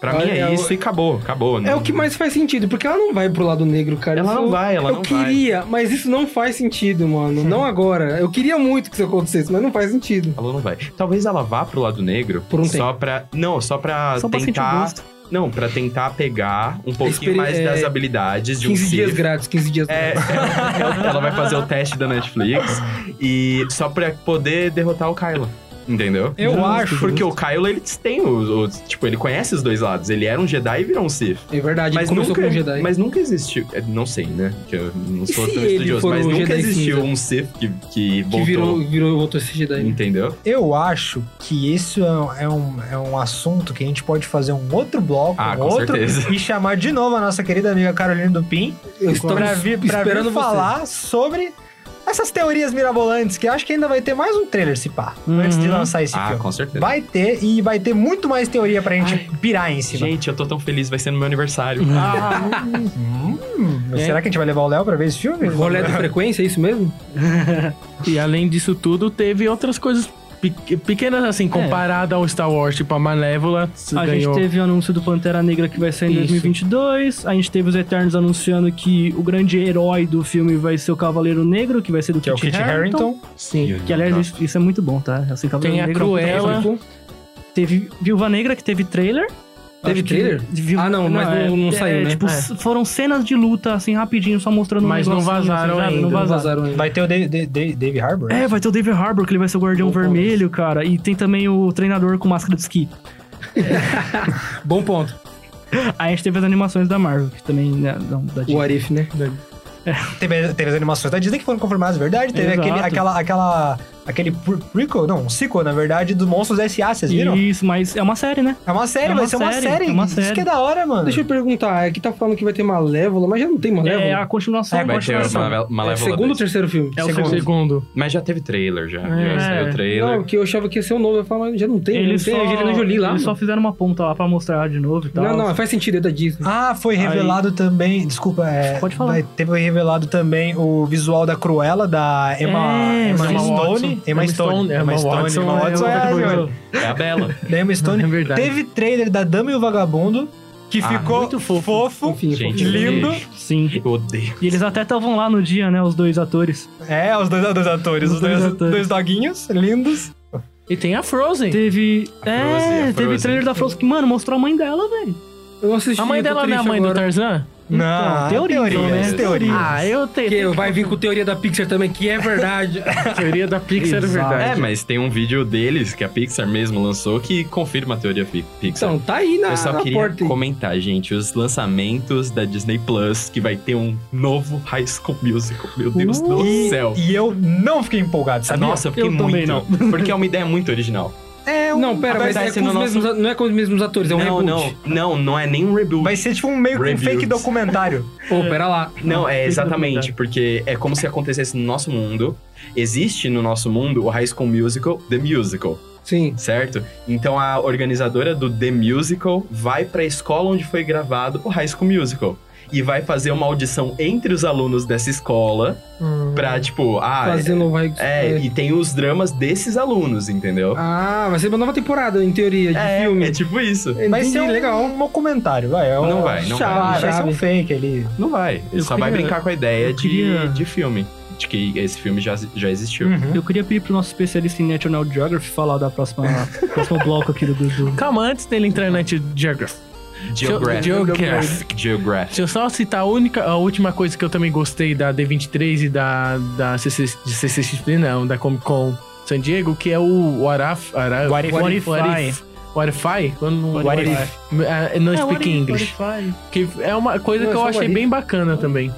Pra
Olha,
mim é
eu-
isso e acabou, acabou.
É
Não-
o que mais faz sentido, porque ela não vai pro lado negro, cara.
Ela
Isso-
não vai, ela
eu
não vai.
queria, mas isso não faz sentido, mano. Não agora. Eu queria muito que isso acontecesse, mas não faz sentido.
Ela não vai. Talvez ela vá pro lado negro
Por um
só pra. Não, só pra
Só pra sentir o
tentar.
gosto.
não, pra tentar pegar um pouquinho
Experi-
mais
é,
das habilidades de um
15 dias
Sith.
grátis, 15 dias
É,
grátis.
ela, ela vai fazer o teste da Netflix e só pra poder derrotar o Kylo. Entendeu?
Eu Justo, acho.
Porque o Kylo, ele tem os, os- Tipo, ele conhece os dois lados. Ele era um Jedi e virou um Sith.
É verdade,
Mas
ele começou
nunca,
com o Jedi.
mas nunca existiu. é, Não sei, né? Que eu não
E
sou
se
tão
ele
estudioso,
for
mas
um
nunca
Jedi
existiu
cinza?
um Sith que, que
que
voltou.
virou, virou, voltou a ser Jedi.
Entendeu?
Eu acho que isso é um, é, um, é um assunto que a gente pode fazer um outro bloco,
Ah,
um
com
outro,
certeza.
e chamar de novo a nossa querida amiga Carolina Dupin
Eu estou
pra vir, pra vir
esperando você.
falar sobre essas teorias mirabolantes, que eu acho que ainda vai ter mais um trailer, se pá, antes de lançar esse
Ah,
filme.
com certeza.
Vai ter, e vai ter muito mais teoria pra gente pirar em cima.
Gente, eu tô tão feliz, vai ser no meu aniversário. Ah,
Hum, mas será que a gente vai levar o Léo pra ver esse filme?
Rolê de frequência, é isso mesmo?
E além disso tudo, teve outras coisas pe- pequenas, assim, comparada ao Star Wars. Tipo, a Malévola se
A
ganhou.
gente teve o anúncio do Pantera Negra que vai sair em
Isso.
2022. A gente teve os Eternos anunciando que o grande herói do filme vai ser o Cavaleiro Negro, que vai ser do
Que é o Kit Harrington.
Sim.
Que, aliás, isso, isso é muito bom, tá? Assim, Cavaleiro
Tem a
Negro é um
Cruella.
Ah,
personagem
Tipo,
que Teve Viúva Negra, que teve trailer.
Teve
Acho que-
trailer?
Viú-
Ah, não, mas não- não saiu, né?
Tipo,
É.
s- foram cenas de luta, assim, rapidinho, só mostrando um
Mas não
negocinho, assim,
vazaram
ah,
sabe? Não
ainda.
vazaram.
vazaram ainda.
Vai ter o Dave, Dave, Dave Harbour. né?
É, vai ter o David Harbour, que ele vai ser o Guardião
Bom ponto.
Vermelho, cara. E tem também o treinador com máscara de esqui.
Bom ponto.
Aí a gente teve as animações da Marvel, que também, né, não, da
O
Disney.
Arif, né?
Teve, teve as animações da Disney que foram confirmadas, verdade. Teve
Exato.
aquele- aquela, aquela aquele pre- prequel, não, um sequel, na verdade, do Monstros S.A., vocês viram?
Isso, mas é uma série, né?
É uma série,
É uma
vai ser uma
série,
série.
é uma
Isso
série.
que é da hora, mano.
Deixa eu perguntar, aqui tá falando que vai ter Malévola, mas já não tem Malévola?
É a continuação.
É,
a
Vai ter
continuação.
uma, uma
É o
Malévola
segundo ou
2.
terceiro filme?
É o
Segundo. Segundo.
Mas já teve trailer, já.
É.
Já saiu trailer.
Não, que eu achava que ia ser o novo. Eu falava, mas já não tem,
Eles
não tem.
só,
a Angelina Jolie lá.
eles só
mano.
fizeram uma ponta lá pra mostrar de novo e tal.
Não, não, faz sentido, é da Disney.
Ah, foi revelado também. Desculpa, é.
Pode falar.
vai- teve revelado também o visual da Cruella, da Emma,
É,
Emma
Emma
Stone.
Watson.
Emma
Emma
Stone.
Stone,
Emma
Emma
Stone.
Watson,
Emma
é
Watson.
outra
é,
coisa.
É a Bela.
Da Emma Stone.
É verdade.
Teve trailer da Dama e o Vagabundo, que
Ah,
ficou
muito
fofo,
fofo.
Enfim,
Gente,
lindo.
eu
Sim.
odeio. Eu odeio.
E eles até estavam lá no dia, né? Os dois atores.
É, os dois, os dois atores, os,
Os
dois,
dois atores.
dois doguinhos lindos.
E tem a Frozen.
Teve.
A Frozen, a
é, teve
Frozen.
trailer da Frozen que, mano, mostrou a mãe dela, velho.
Eu não assisti.
A mãe
eu tô
dela não é a
triste
mãe do
agora.
Tarzan?
Não, é
teoria,
teorias,
né?
teorias.
Ah, eu tenho.
Que vai vir com teoria da Pixar também, que é verdade.
A teoria da Pixar é
Exato.
verdade.
É, mas tem um vídeo deles que a Pixar mesmo lançou que confirma a teoria fi- Pixar.
então, tá aí na,
eu só
na
queria
porta. aí.
comentar, gente, os lançamentos da Disney Plus, que vai ter um novo High School Musical. Meu Deus do
E,
céu.
e eu não fiquei empolgado, sabia?
Nossa, eu fiquei
Eu também
muito. Porque é uma ideia muito original.
é um-
Não, pera,
Vai
mas é
dar esse
com os
no
mesmos, não é com os mesmos atores, é um
não,
reboot.
não, não, não é nem um reboot.
Vai ser tipo um meio que um
Reviews.
fake documentário.
Pô, pera lá.
Não, é
Tem que
exatamente,
documentar.
porque é como se acontecesse no nosso mundo. Existe no nosso mundo o High School Musical, The Musical,
Sim.
certo? Então a organizadora do The Musical vai pra escola onde foi gravado o High School Musical. E vai fazer uma audição entre os alunos dessa escola pra, tipo, ah.
Fazendo vai.
É,
é.
e tem os dramas desses alunos, entendeu?
Ah, vai ser uma nova temporada, em teoria, de
é,
filme.
é tipo isso.
Vai
Entendi,
ser um,
legal.
um documentário, vai. É um-
Não vai, não
Ah,
vai.
vai ser um fake ali.
Não vai. Ele
Eu
só vai
queria-
brincar com a ideia
eu
de,
queria- Uhum.
de filme. De que esse filme já, já existiu.
Eu queria pedir pro nosso especialista em National Geography falar da próxima próximo bloco aqui do, do, do-
Calma, antes dele entrar na Geography.
Geographic.
Geographic.
Geographic.
Deixa eu só citar a única, a última coisa que eu também gostei da D23 e da, da CC de CCXP, não, da Comic Con San Diego, que é o What If. Ara-
What If.
What If. What If I? Eu não,
What if?
Ah, não
É, what
speak
if,
English.
what if I?
Que é uma coisa
Não, é
que eu
só
achei
what if.
bem bacana também.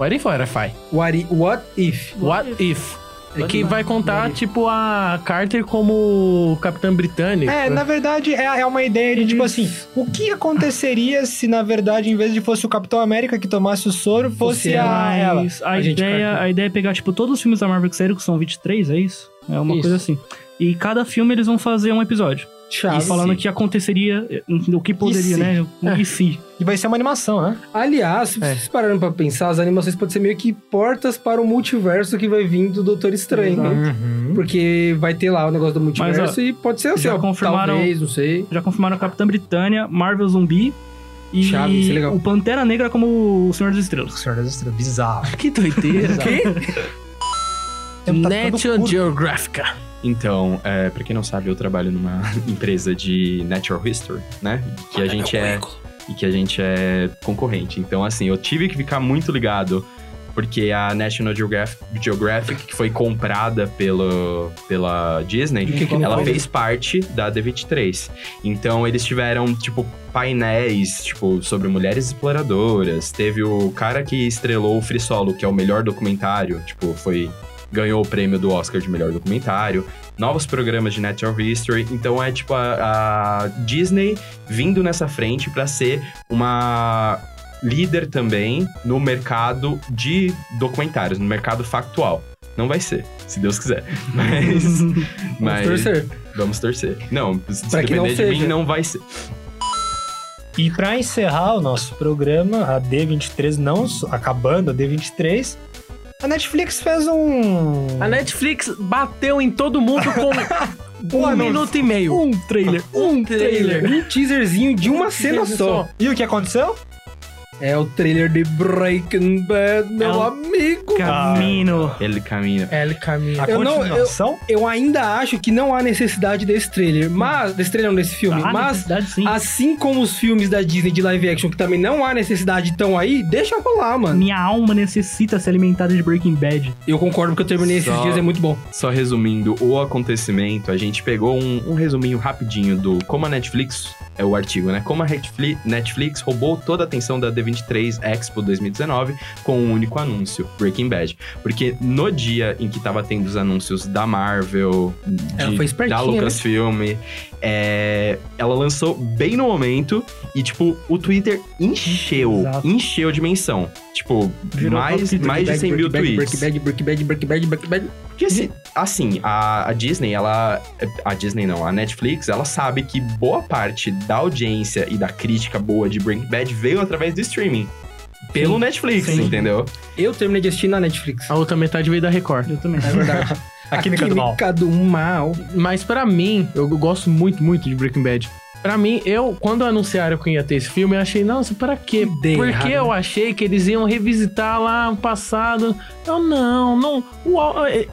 What if, what if I?
What i- what if?
What if? É que vai contar, tipo, a Carter como Capitã Britânica.
É, na verdade, é, é uma ideia de tipo assim: o que aconteceria se, na verdade, em vez de fosse o Capitão América que tomasse o soro, fosse
Fosse
a ela?
Mas a,
a gente
ideia,
corta.
a ideia é pegar, tipo, todos os filmes da Marvel que saíram, que são 23, é isso? É uma
Isso.
coisa assim. E cada filme eles vão fazer um episódio.
Chave.
falando o que aconteceria, o que poderia,
se?
né? O E se.
E vai ser uma animação, né?
Aliás, se vocês pararam pra pensar, as animações podem ser meio que portas para o multiverso que vai vir do Doutor Estranho, né?
Uhum.
Porque vai ter lá o negócio do multiverso
Mas, ó,
e pode ser assim,
já
ó,
confirmaram-
talvez, não sei.
Já confirmaram Capitã Britânia, Marvel Zumbi e
Chave, isso é legal.
o Pantera Negra como o Senhor das Estrelas.
Senhor das Estrelas, bizarro.
Que doideira.
O tempo tá ficando
National
curto.
Geographic.
Então, é, pra quem não sabe, eu trabalho numa empresa de Natural History, né? Que a gente é. E que a gente é concorrente. Então, assim, eu tive que ficar muito ligado. Porque a National Geographic, Geographic, que foi comprada pelo, pela Disney,
que que
ela
não
fez parte da D23. Então, eles tiveram, tipo, painéis, tipo, sobre mulheres exploradoras. Teve o cara que estrelou o Free Solo, que é o melhor documentário. Tipo, foi... Ganhou o prêmio do Oscar de melhor documentário novos programas de Natural History. Então é tipo a, a Disney vindo nessa frente para ser uma líder também no mercado de documentários, no mercado factual. Não vai ser, se Deus quiser. Mas,
Vamos
mas
torcer.
vamos torcer. Não, se
Pra que
depender
não
de
seja.
mim, não vai ser.
E pra encerrar o nosso programa, a D23 não só- acabando, a D23, a Netflix fez um
A Netflix bateu em todo mundo com um
anúncio.
minuto e meio. Um trailer. Um trailer.
Um teaserzinho de uma cena só.
E o que aconteceu?
É o trailer de Breaking Bad, meu
É um-
amigo.
Camino.
Ele caminha.
El Caminho.
A
Eu Ah, não, eu,
continuação?
eu ainda acho que não há necessidade desse trailer, mas desse trailer não, desse filme,
Ah,
tá. mas
necessidade, sim.
assim como os filmes da Disney de live action que também não há necessidade estão aí, deixa rolar, mano.
Minha alma necessita ser alimentada de Breaking Bad.
Eu concordo porque eu terminei esses
Só-
dias, é muito bom.
Só resumindo o acontecimento, a gente pegou um, um resuminho rapidinho do como a Netflix. É o artigo, né? Como a Netfli- Netflix roubou toda a atenção da, D- D23 Expo 2019 com um único anúncio, Breaking Bad. Porque no dia em que tava tendo os anúncios da Marvel,
Ela foi espertinha,
da
né?
Lucasfilm, é, ela lançou bem no momento e, tipo, o Twitter encheu,
Exato.
encheu de menção. Tipo,
Virou
mais,
top
mais de 100 mil tweets.
Break bad, break bad, break bad, break bad.
Porque assim, assim, a, a Disney, ela. A Disney não, a Netflix, ela sabe que boa parte da audiência e da crítica boa de Breaking Bad veio através do streaming. Pelo Netflix,
sim.
entendeu?
Eu terminei de assistir na Netflix.
A outra metade veio da Record.
Eu também.
É verdade.
A química do mal.
do mal.
Mas pra mim, eu gosto muito, muito de Breaking Bad. Pra mim, eu, quando anunciaram que eu ia ter esse filme, eu achei, nossa, pra quê?
Que ideia
Porque
errada,
eu achei que eles iam revisitar lá o passado. Eu, não, não. O, Al- é-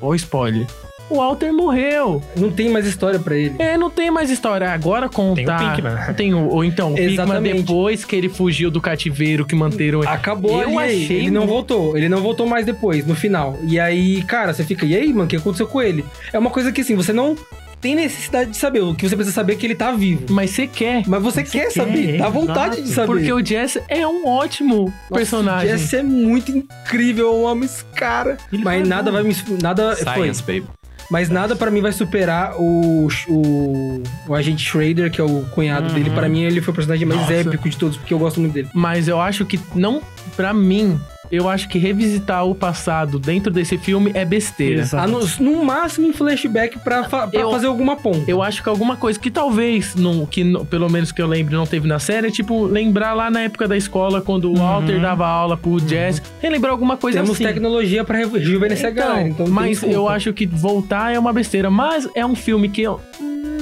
Ó, spoiler. O Walter morreu.
Não tem mais história pra ele.
É, não tem mais história.
Tem
Agora
o
contar.
Pinkman. né?
Tem o, ou então, o Pikman
Exatamente.
depois que ele fugiu do cativeiro que manteram ele.
Acabou ali,
Eu
aí.
achei
ele não
muito-
voltou. Ele não voltou mais depois, no final. E aí, cara, você fica, e aí, mano, o que aconteceu com ele? É uma coisa que, assim, você não tem necessidade de saber. O que você precisa saber é que ele tá vivo.
Mas você quer.
Mas você quer saber,
quer,
dá vontade de saber.
Porque o Jesse é um ótimo
Nossa,
personagem.
Jesse é muito incrível, eu amo esse cara.
Ele
mas
foi
nada
bom.
vai me. Nada. Ah, Foi.
Science, baby.
Mas nada pra mim vai superar o, o, o agente Schrader, que é o cunhado dele. Pra mim, ele foi o personagem mais
Nossa.
épico de todos, porque eu gosto muito dele.
Mas eu acho que não, Pra mim, eu acho que revisitar o passado dentro desse filme é besteira.
Exato.
Ah, no, no máximo em flashback pra, fa- pra
Eu-
fazer alguma ponta.
Eu acho que alguma coisa que talvez, não, que não- pelo menos que eu lembro, não teve na série, é tipo lembrar lá na época da escola, quando o Walter dava aula pro Jesse, relembrar alguma coisa
Uhum. Temos
assim.
tecnologia pra reju- rejuvenescer a galera. Então
mas
tem
eu
desculpa.
acho que voltar é uma besteira. Mas é um filme que eu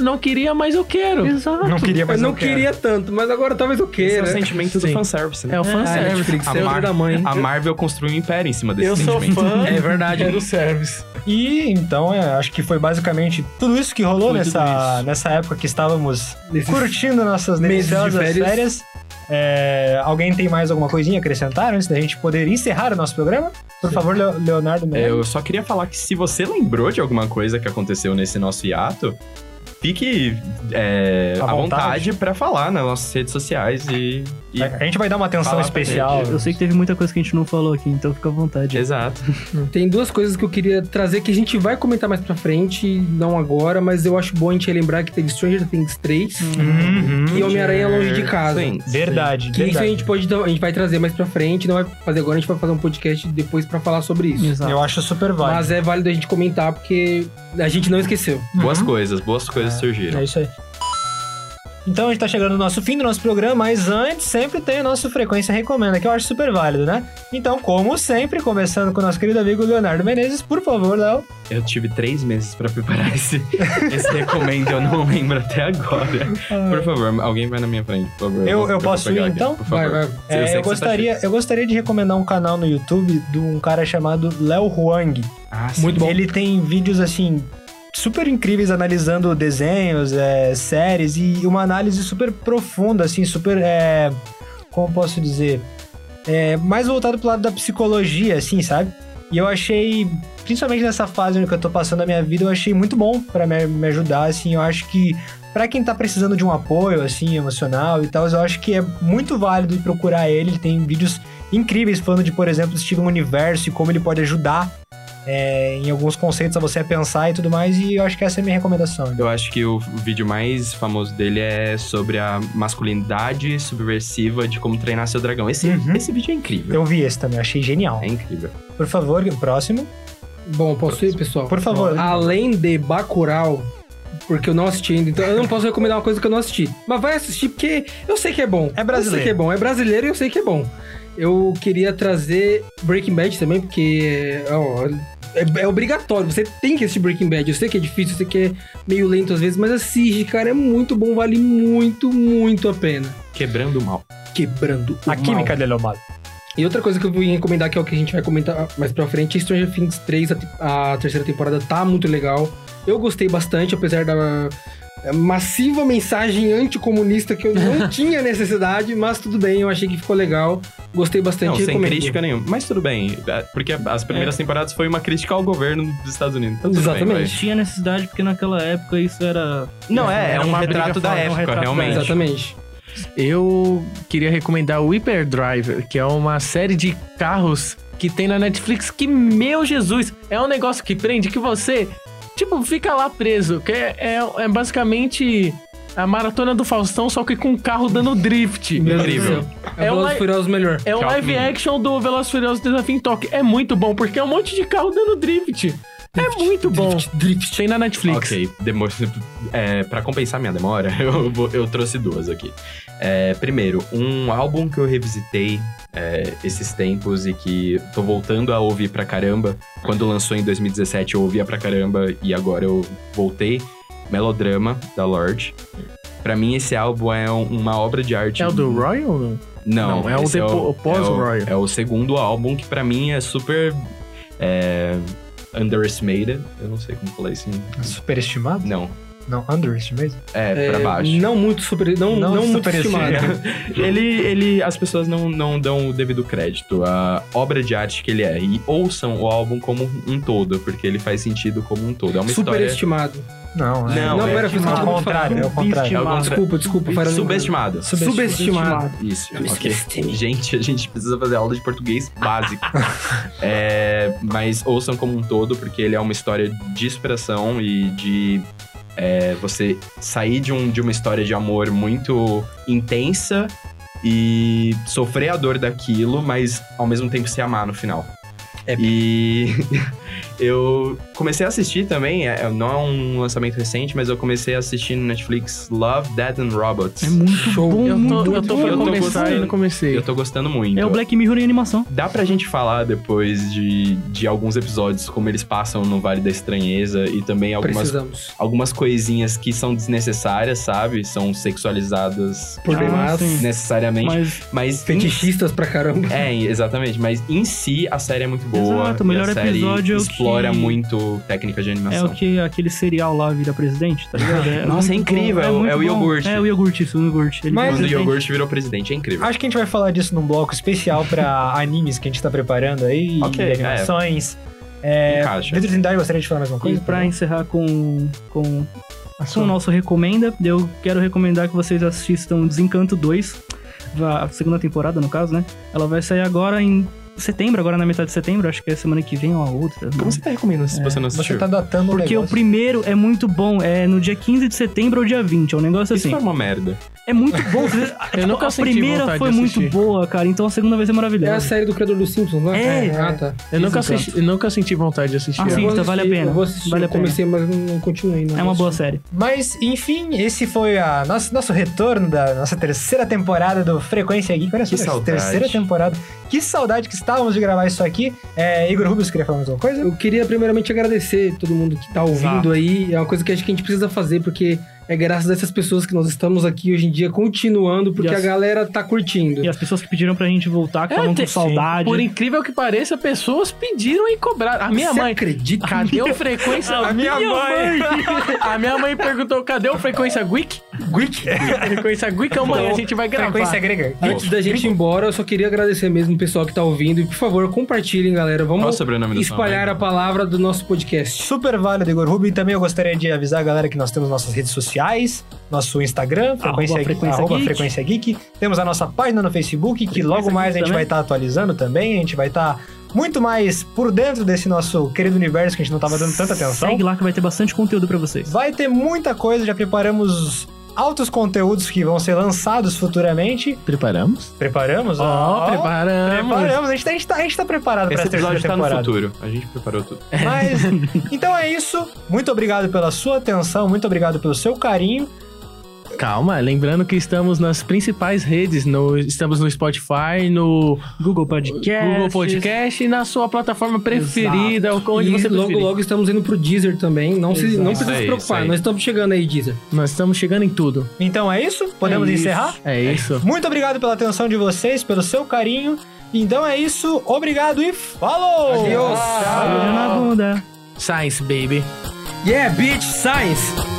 não queria, mas eu quero.
Exato.
Não queria, mas
Eu não
quero.
queria tanto, mas agora talvez eu
Esse é o
queira.
sentimento do
Sim.
fanservice, né?
É o
Ah,
fanservice.
Netflix,
A
é o
Mar-
da mãe.
A Marvel construiu um império em cima desse sentimento.
fã.
verdade.
do service.
E então, é, acho que foi basicamente tudo isso que rolou
Foi tudo
nessa,
isso.
nessa época que estávamos
Nesses
curtindo nossas
meses de
deliciosas
férias.
férias. É, alguém tem mais alguma coisinha a acrescentar antes da gente poder encerrar o nosso programa? Por favor, Leo- Leonardo
É,
Melo.
Eu só queria falar que se você lembrou de alguma coisa que aconteceu nesse nosso hiato, fique é,
À vontade.
à
É.
vontade pra falar nas nossas redes sociais e. e-
A a gente vai dar uma atenção
Fala pra
especial.
Eu sei que teve muita coisa que a gente não falou aqui, então fica à vontade.
Exato.
Tem duas coisas que eu queria trazer que a gente vai comentar mais pra frente, não agora, mas eu acho bom a gente lembrar que teve Stranger Things 3
Uhum.
e Homem-Aranha Longe de Casa.
Sim,
Verdade,
Que isso a
verdade.
gente pode a gente vai trazer mais pra frente, não vai fazer agora, a gente vai fazer um podcast depois pra falar sobre isso.
Exato.
Eu acho super válido.
Mas é válido a gente comentar porque a gente não esqueceu.
Boas coisas, boas coisas surgiram.
É isso aí. Então a gente tá chegando no nosso fim do nosso programa, mas antes sempre tem o nosso Frequência Recomenda, que eu acho super válido, né? Então, como sempre, começando com o nosso querido amigo Leonardo Menezes, por favor, Léo.
É, Eu tive três meses pra preparar esse, esse recomendo, eu não lembro até agora. Por favor, alguém vai na minha frente, por favor.
Eu-
vou-
eu
vou
posso
pegar
ir,
aqui,
então?
Por
Vai,
favor.
vai.
Eu sei
É, eu,
que você tá
gostaria,
cheio.
eu gostaria de recomendar um canal no YouTube de um cara chamado Léo Huang.
Ah, sim.
Ele tem vídeos assim super incríveis analisando desenhos, é, séries e uma análise super profunda, assim, super é, como posso dizer, é, mais voltado pro lado da psicologia, assim, sabe? E eu achei, principalmente nessa fase que eu tô passando a minha vida, eu achei muito bom pra me, me ajudar, assim, eu acho que pra quem tá precisando de um apoio, assim, emocional e tal, eu acho que é muito válido procurar ele, ele tem vídeos incríveis falando de, por exemplo, Steven Universo e como ele pode ajudar é, em alguns conceitos a você a pensar e tudo mais, e eu acho que essa é a minha recomendação.
Eu acho que o vídeo mais famoso dele é sobre a masculinidade subversiva de como treinar seu dragão. Esse,
Uhum.
esse vídeo é incrível.
Eu vi esse também, eu achei genial.
É incrível.
Por favor, próximo.
Bom, posso ir, pessoal?
Por favor.
Além de Bacurau, porque eu não assisti ainda, então eu não posso recomendar uma coisa que eu não assisti. Mas vai assistir porque eu sei que é bom.
É brasileiro.
Eu sei que é bom, é brasileiro e eu sei que é bom. Eu queria trazer Breaking Bad também, porque ó, é, é obrigatório, você tem que assistir Breaking Bad. Eu sei que é difícil, eu sei que é meio lento às vezes, mas assiste, cara, é muito bom, vale muito, muito a pena.
Quebrando o mal.
Quebrando Ah, o
A química
mal.
dele é o mal.
E outra coisa que eu vou recomendar, que é o que a gente vai comentar mais pra frente, é Stranger Things 3, a, te- a terceira temporada tá muito legal. Eu gostei bastante, apesar da é, massiva mensagem anticomunista que eu não tinha necessidade, mas tudo bem, eu achei que ficou legal. Gostei bastante,
Não, sem
recomendo.
crítica nenhuma. Mas tudo bem, é, porque as primeiras temporadas foi uma crítica ao governo dos Estados Unidos. Então, tudo bem,
Exatamente.
vai.
Tinha necessidade, porque naquela época isso era.
Não, é, é
Era
um
uma
retrato
briga
da
fora, um
época,
retrato da
realmente.
época.
Exatamente.
Eu queria recomendar o Hyperdrive, que é uma série de carros que tem na Netflix que, meu Jesus, é um negócio que prende que você, tipo, fica lá preso. Que é, é- é basicamente a maratona do Faustão, só que com o carro dando drift.
Meu Deus
Incrível.
do céu. É,
É
o
o
Velozes
li-
Furiosos melhor.
É um
Calma.
live action do Velozes e Furiosos Desafio em Tóquio. É muito bom, porque é um monte de carro dando drift. É muito bom.
Drift.
Tem na Netflix.
Ok, demora. É, pra compensar minha demora, eu, vou- eu trouxe duas aqui. É, primeiro, um álbum que eu revisitei é, esses tempos e que tô voltando a ouvir pra caramba. Quando lançou em 2017 eu ouvia pra caramba e agora eu voltei. Melodrama, da Lorde. Pra mim, esse álbum é um- uma obra de arte.
É o do Royal?
Não,
Não, é o
esse
depo- o pós-Royal.
É, o segundo álbum que pra mim é super. É, underestimated. Eu não sei como falar isso. em-
Superestimado?
Não.
Não, underestimated?
é pra baixo.
Não muito super. Não, não,
Não
muito
superestimado.
estimado.
ele, ele, as pessoas não, não dão o devido crédito à obra de arte que ele é. E ouçam o álbum como um todo, porque ele faz sentido como um todo. É uma história.
Superestimado.
Não, é.
Não,
Não,
é
pera,
é,
fiz uma
o contrário, é o contrário.
É o contra-
Desculpa, desculpa, Farah Lima.
Subestimada.
Subestimado.
Isso, ok. Gente, a gente precisa fazer aula de português básico. É, mas ouçam como um todo, porque ele é uma história de inspiração e de é, você sair de, um, de uma história de amor muito intensa e sofrer a dor daquilo, mas ao mesmo tempo se amar no final.
É.
E eu comecei a assistir também, é- não é um lançamento recente, mas eu comecei a assistir no Netflix Love, Dead and Robots.
É muito
Show.
bom,
Eu
muito
tô, eu tô
bom.
pra
Eu tô
começar e
gostando.
não comecei.
Eu tô gostando muito.
É o Black Mirror em animação.
Dá pra gente falar depois de, de alguns episódios, como eles passam no Vale da Estranheza e também algumas,
Precisamos.
algumas coisinhas que são desnecessárias, sabe? São sexualizadas
Por
Ah,
demais.
sim.
né, necessariamente,
Mas
mas... em-
Fetichistas pra caramba.
É, exatamente, mas em si a série é muito boa.
Exato, o melhor
e a série
episódio é o
explora
que-
muito técnicas de
é
animação.
o que aquele serial lá vira presidente, tá ligado?
Nossa, é
muito
incrível, é o-
muito
é o
bom.
iogurte.
É o iogurte, isso, o iogurte. Ele
Mas-
Quando
vira
o
presidente.
iogurte virou presidente, é incrível.
Acho que a gente vai falar disso num bloco especial pra animes que a gente tá preparando aí,
Ok,
e animações. É.
Encaixa.
Vitor Trindade, gostaria de falar mais uma
E
coisa?
pra encerrar com, com,
A
com
sua-
o nosso Recomenda, eu quero recomendar que vocês assistam Desencanto 2, a segunda temporada, no caso, né? Ela vai sair agora em setembro, agora na metade de setembro, acho que é semana que vem ou a outra.
Como você tá
é.
recomendando se você não
Você
assistiu?
tá datando o
Porque o
negócio.
primeiro é muito bom, é no dia 15 de setembro ou dia 20, é um negócio
Isso
assim.
é uma merda.
É muito bom. você- tipo,
nunca
a
senti
primeira
vontade
foi
de
muito
assistir.
boa, cara, então a segunda vai ser
É a
maravilhosa.
série do criador do Simpsons, não é?
É.
Ah, tá.
Eu
Desencanto.
nunca, assisti, eu nunca senti vontade de assistir.
Ah,
ela.
sim.
Eu vou
Assista, vale a
assistir,
pena.
eu Vou assistir,
Vale a
eu comecei, mas não continuei. não.
É uma boa série.
Mas, enfim, esse foi a nosso, nosso retorno da nossa terceira temporada do Frequência Geek. Olha só,
Que saudade.
terceira temporada. Que saudade que estávamos de gravar isso aqui. É, Igor Rubens, queria falar mais uma coisa?
Eu queria primeiramente agradecer todo mundo que tá ouvindo aí. É uma coisa que acho que a gente precisa fazer, porque é graças a essas pessoas que nós estamos aqui hoje em dia continuando, porque
Yes.
a galera tá curtindo.
E as pessoas que pediram pra gente voltar, que estavam
tem-
com saudade.
Por incrível que pareça, pessoas pediram e cobraram. A minha
Você
mãe.
acredita?
Cadê o frequência?
A minha mãe.
a minha mãe perguntou: cadê o frequência Geek?
Geek?
Frequência Geek, ô, mãe, a gente vai gravar.
Frequência grega.
Antes da gente ir embora, eu só queria agradecer mesmo o pessoal que tá ouvindo. E por favor, compartilhem, galera.
Qual o
Vamos
sobrenome do
espalhar a palavra do nosso podcast.
Super válido, Igor Rubin. Também eu gostaria de avisar a galera que nós temos nossas redes sociais, nosso Instagram, Frequência,
Frequência
arroba
Geek.
Frequência Geek. Temos a nossa página no Facebook, que logo mais a gente
Geek
vai estar atualizando também. A gente vai estar muito mais por dentro desse nosso querido universo que a gente não estava dando tanta atenção.
Segue lá que vai ter bastante conteúdo pra vocês.
Vai ter muita coisa, já preparamos altos conteúdos que vão ser lançados futuramente.
Preparamos?
Preparamos?
Ó,
Ó,
preparamos.
Preparamos, a gente, tá, a, gente tá, a gente tá preparado para
Esse
essa terceira
episódio tá no
temporada.
futuro. A gente preparou tudo.
Mas, então é isso. Muito obrigado pela sua atenção, muito obrigado pelo seu carinho.
Calma, lembrando que estamos nas principais redes. no- estamos no Spotify, no
Google Podcast.
Google Podcast e na sua plataforma preferida, onde
e
você
logo,
preferir.
logo estamos indo pro Deezer também. Não, se,
Exato.
não precisa
Isso
se
aí, isso
preocupar,
aí.
nós estamos chegando aí, Deezer.
Nós estamos chegando em tudo.
Então é isso? Podemos
É isso.
encerrar?
É isso.
Muito obrigado pela atenção de vocês, pelo seu carinho. Então é isso. Obrigado e falou!
Adeus.
Beijo na bunda.
Science, baby.
Yeah, bitch, science!